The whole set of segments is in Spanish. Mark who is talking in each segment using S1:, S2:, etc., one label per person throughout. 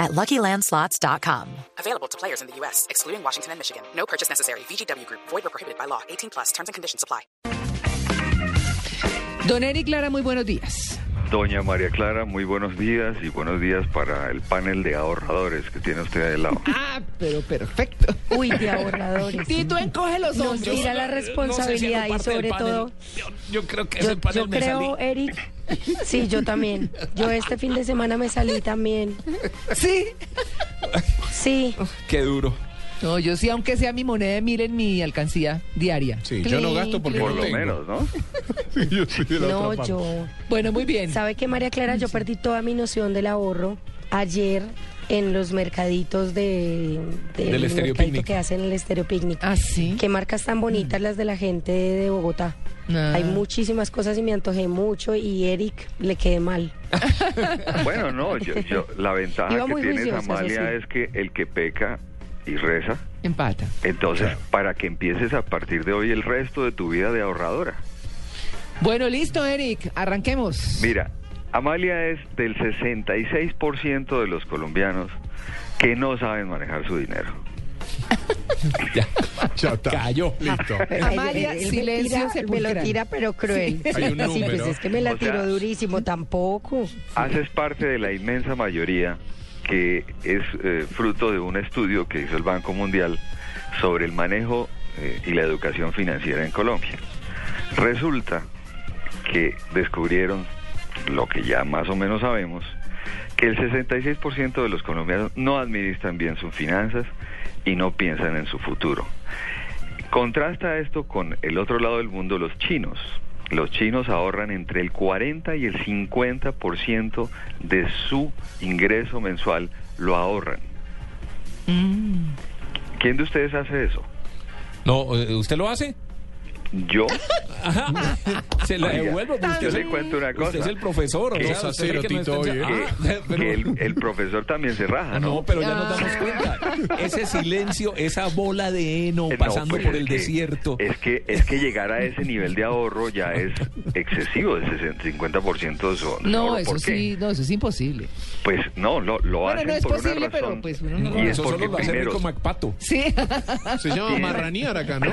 S1: at luckylandslots.com.
S2: Available to players in the U.S., excluding Washington and Michigan. No purchase necessary. VGW Group, void or prohibited by law. 18 plus terms and conditions apply.
S3: Don Eric Clara, muy buenos días.
S4: Doña María Clara, muy buenos días y buenos días para el panel de ahorradores que tiene usted ahí al lado.
S3: Ah, pero perfecto.
S5: Uy, de ahorradores.
S3: Tito encoge los
S5: Nos
S3: hombros.
S5: tira la responsabilidad y sobre todo,
S6: Yo, yo creo que
S5: yo,
S6: ese panel
S5: yo
S6: me
S5: creo,
S6: salí.
S5: Eric, sí, yo también. Yo este fin de semana me salí también.
S3: Sí.
S5: Sí,
S6: Qué duro.
S3: No, yo sí, aunque sea mi moneda de mil en mi alcancía diaria.
S7: Sí, yo no
S5: Clean,
S7: gasto porque
S4: Por
S7: no
S4: lo
S7: tengo.
S4: menos, ¿no?
S7: Yo soy de la
S5: no,
S7: otra parte.
S5: yo.
S3: Bueno, muy bien.
S5: ¿Sabe qué, María Clara? Yo perdí toda mi noción del ahorro ayer en los mercaditos de, del
S6: Del Estéreo
S5: mercadito
S6: Picnic.
S5: que hacen el Estéreo Picnic.
S3: Ah, sí.
S5: Qué marcas tan bonitas las de la gente de Bogotá.
S3: Ah.
S5: Hay muchísimas cosas y me antojé mucho y Eric le quedé mal.
S4: Bueno, no, yo, yo- la
S5: Iba
S4: ventaja que
S5: muy
S4: tiene
S5: juiciosa,
S4: Amalia
S5: eso sí.
S4: es que el que peca y reza,
S3: Empata.
S4: entonces para que empieces a partir de hoy el resto de tu vida de ahorradora.
S3: Bueno, listo, Eric. Arranquemos.
S4: Mira, Amalia es del 66% de los colombianos que no saben manejar su dinero.
S7: Ya está.
S6: Cayó.
S7: Listo.
S3: Amalia,
S5: Él- él me
S3: silencio
S5: tira- Me
S3: sepulcral.
S5: lo tira, pero cruel.
S7: Hay un
S5: Sí, pues
S7: número.
S5: es que me la
S4: O sea-
S5: tiró durísimo, tampoco.
S4: Haces parte de la inmensa mayoría que es eh, fruto de un estudio que hizo el Banco Mundial sobre el manejo eh, y la educación financiera en Colombia. Resulta que descubrieron lo que ya más o menos sabemos, que el 66% de los colombianos no administran bien sus finanzas y no piensan en su futuro. Contrasta esto con el otro lado del mundo, los chinos. Los chinos ahorran entre el 40 y el 50% de su ingreso mensual, lo ahorran.
S3: Mm.
S4: ¿Quién de ustedes hace eso?
S6: No, eh, ¿usted lo hace?
S4: Yo,
S6: Se la
S4: Oiga,
S6: devuelvo. porque
S4: yo
S6: usted-
S4: le cuento una cosa.
S6: Usted es el profesor.
S4: Que-
S6: o sea,
S7: Dos a
S6: usted
S7: cero,
S6: cree que no
S7: Tito, hoy,
S6: está-
S4: que,
S6: Ah, pero-
S4: que el, el profesor también se raja,
S6: Ah, no,
S4: ¿no?
S6: pero ya nos damos cuenta. Ese silencio, esa bola de heno
S4: Eh, no,
S6: pasando
S4: pues
S6: por
S4: es
S6: el
S4: que-
S6: desierto.
S4: Es que, es que llegar a ese nivel de ahorro ya es excesivo, el 60 50% de su de su
S3: No,
S4: ahorro.
S3: eso
S4: ¿Por qué?
S3: sí, no, eso es imposible.
S4: Pues no, lo, lo
S3: Bueno,
S4: hacen
S3: no es
S4: por una
S3: posible,
S4: razón.
S3: pero, pues, uno no
S4: Y es
S6: eso
S4: porque
S6: solo lo hace
S4: primero,
S6: Rico MacPato.
S3: Sí.
S7: Se llama marranear acá, ¿no?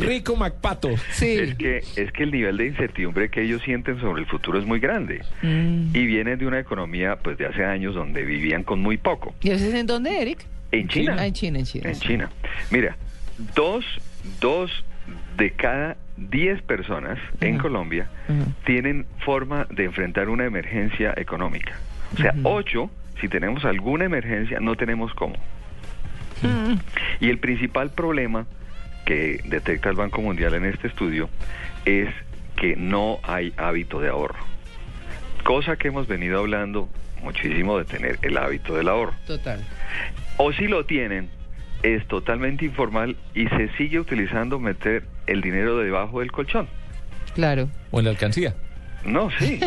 S6: Rico MacPato.
S3: sí.
S4: Es que, es que el nivel de incertidumbre que ellos sienten sobre el futuro es muy grande.
S3: Mm.
S4: Y vienen de una economía, pues, de hace años donde vivían con muy poco.
S3: ¿Y eso es en dónde, Eric?
S4: En China.
S3: Ah, en China, en China.
S4: En China. Mira, dos, dos de cada diez personas en
S3: Ajá.
S4: Colombia
S3: Ajá.
S4: tienen forma de enfrentar una emergencia económica. O sea, ocho, si tenemos alguna emergencia, no tenemos cómo. Y el principal problema que detecta el Banco Mundial en este estudio es que no hay hábito de ahorro. Cosa que hemos venido hablando muchísimo de tener el hábito del ahorro
S3: Total.
S4: o si lo tienen, es totalmente informal y se sigue utilizando meter el dinero debajo del colchón.
S3: Claro.
S6: O en la alcancía.
S4: No, sí.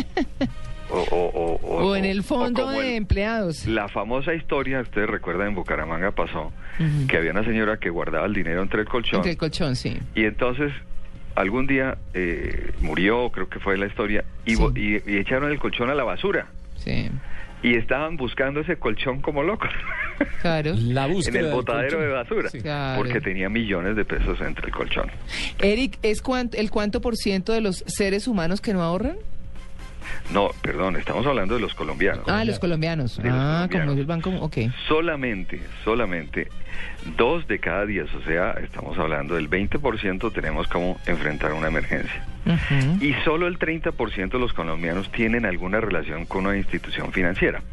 S4: O, o- o- o-
S3: O en el
S4: o
S3: fondo
S4: como
S3: de
S4: el-
S3: empleados.
S4: La famosa historia, ustedes recuerdan, en Bucaramanga pasó,
S3: Ujú.
S4: que había una señora que guardaba el dinero entre el colchón
S3: Entre el colchón, sí.
S4: y entonces algún día eh, murió, creo que fue la historia, y, bo-
S3: Sí.
S4: y- y echaron el colchón a la basura.
S3: Sí.
S4: Y estaban buscando ese colchón como locos.
S3: Claro.
S6: La
S4: en
S6: búsqueda.
S4: el
S6: del
S4: botadero de
S6: colchón.
S4: basura,
S6: Sí.
S3: Claro.
S4: porque tenía millones de pesos entre el colchón.
S3: Eric, ¿es cuánto, el cuánto por ciento de los seres humanos que no ahorran?
S4: No, perdón, estamos hablando de los colombianos.
S3: Ah, los colombianos.
S4: Sí, los
S3: ah,
S4: colombianos.
S3: como el banco. Ok.
S4: Solamente, solamente dos de cada diez, o sea, estamos hablando del 20% tenemos como enfrentar una emergencia.
S3: Ujú.
S4: Y solo el 30% de los colombianos tienen alguna relación con una institución financiera.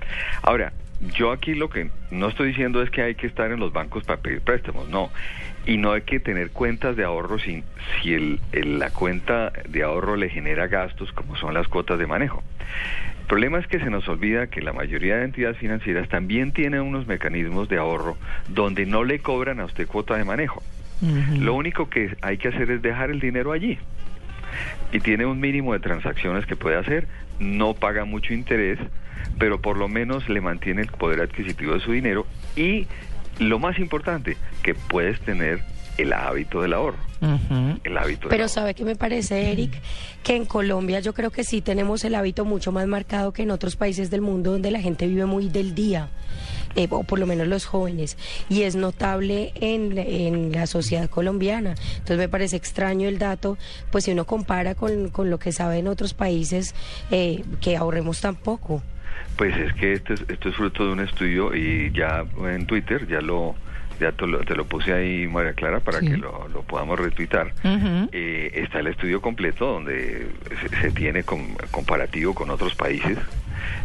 S4: Ahora, yo aquí lo que no estoy diciendo es que hay que estar en los bancos para pedir préstamos, no. Y no hay que tener cuentas de ahorro sin, si el- el- la cuenta de ahorro le genera gastos como son las cuotas de manejo. El problema es que se nos olvida que la mayoría de entidades financieras también tienen unos mecanismos de ahorro donde no le cobran a usted cuota de manejo. Lo único que hay que hacer es dejar el dinero allí. Y tiene un mínimo de transacciones que puede hacer, no paga mucho interés, pero por lo menos le mantiene el poder adquisitivo de su dinero y lo más importante, que puedes tener el hábito del ahorro. El hábito del
S5: Pero
S4: ahorro.
S5: ¿sabe qué me parece, Eric? Que en Colombia yo creo que sí tenemos el hábito mucho más marcado que en otros países del mundo donde la gente vive muy del día. eh, o por lo menos los jóvenes, y es notable en, en la sociedad colombiana. Entonces me parece extraño el dato, pues si uno compara con, con lo que sabe en otros países, eh, que ahorremos tan poco.
S4: Pues es que esto es, esto es fruto de un estudio y ya en Twitter ya lo ya te lo, te lo puse ahí María Clara para
S3: Sí.
S4: que lo, lo podamos retuitar.
S3: Ujú.
S4: Eh, está el estudio completo donde se, se tiene com- comparativo con otros países.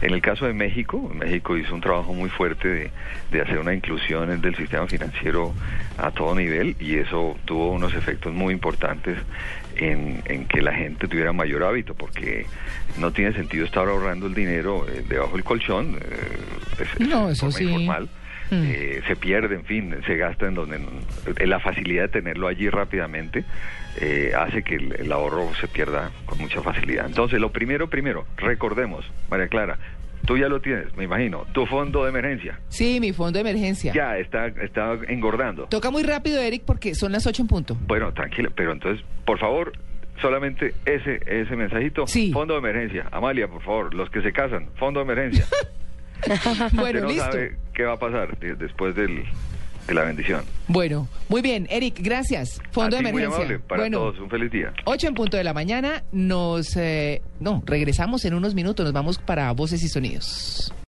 S4: En el caso de México, México hizo un trabajo muy fuerte de, de hacer una inclusión en- del sistema financiero a todo nivel y eso tuvo unos efectos muy importantes en, en que la gente tuviera mayor hábito porque no tiene sentido estar ahorrando el dinero eh, debajo del colchón. eh, es- es
S3: No,
S4: de
S3: eso
S4: forma
S3: sí.
S4: informal.
S3: Mm.
S4: Eh, eh, se pierde, en fin, se gasta en donde en la facilidad de tenerlo allí rápidamente eh, hace que el, el ahorro se pierda con mucha facilidad. Entonces, lo primero, primero, recordemos, María Clara, tú ya lo tienes, me imagino, tu fondo de emergencia
S3: Sí, mi fondo de emergencia.
S4: ya está, está engordando.
S3: Toca muy rápido, Eric, porque son las 8 en punto.
S4: Bueno, tranquila, pero entonces, por favor, solamente ese ese mensajito,
S3: Sí.
S4: fondo de emergencia, Amalia, por favor, los que se casan, fondo de emergencia. Usted
S3: Bueno,
S4: no
S3: listo.
S4: sabe qué va a pasar de- después del- de la bendición.
S3: Bueno, muy bien, Eric, gracias. Fondo
S4: A
S3: de
S4: ti,
S3: emergencia.
S4: Muy amable, para
S3: bueno,
S4: todos, un feliz día.
S3: 8 en punto de la mañana, nos... eh, no, regresamos en unos minutos, nos vamos para Voces y Sonidos.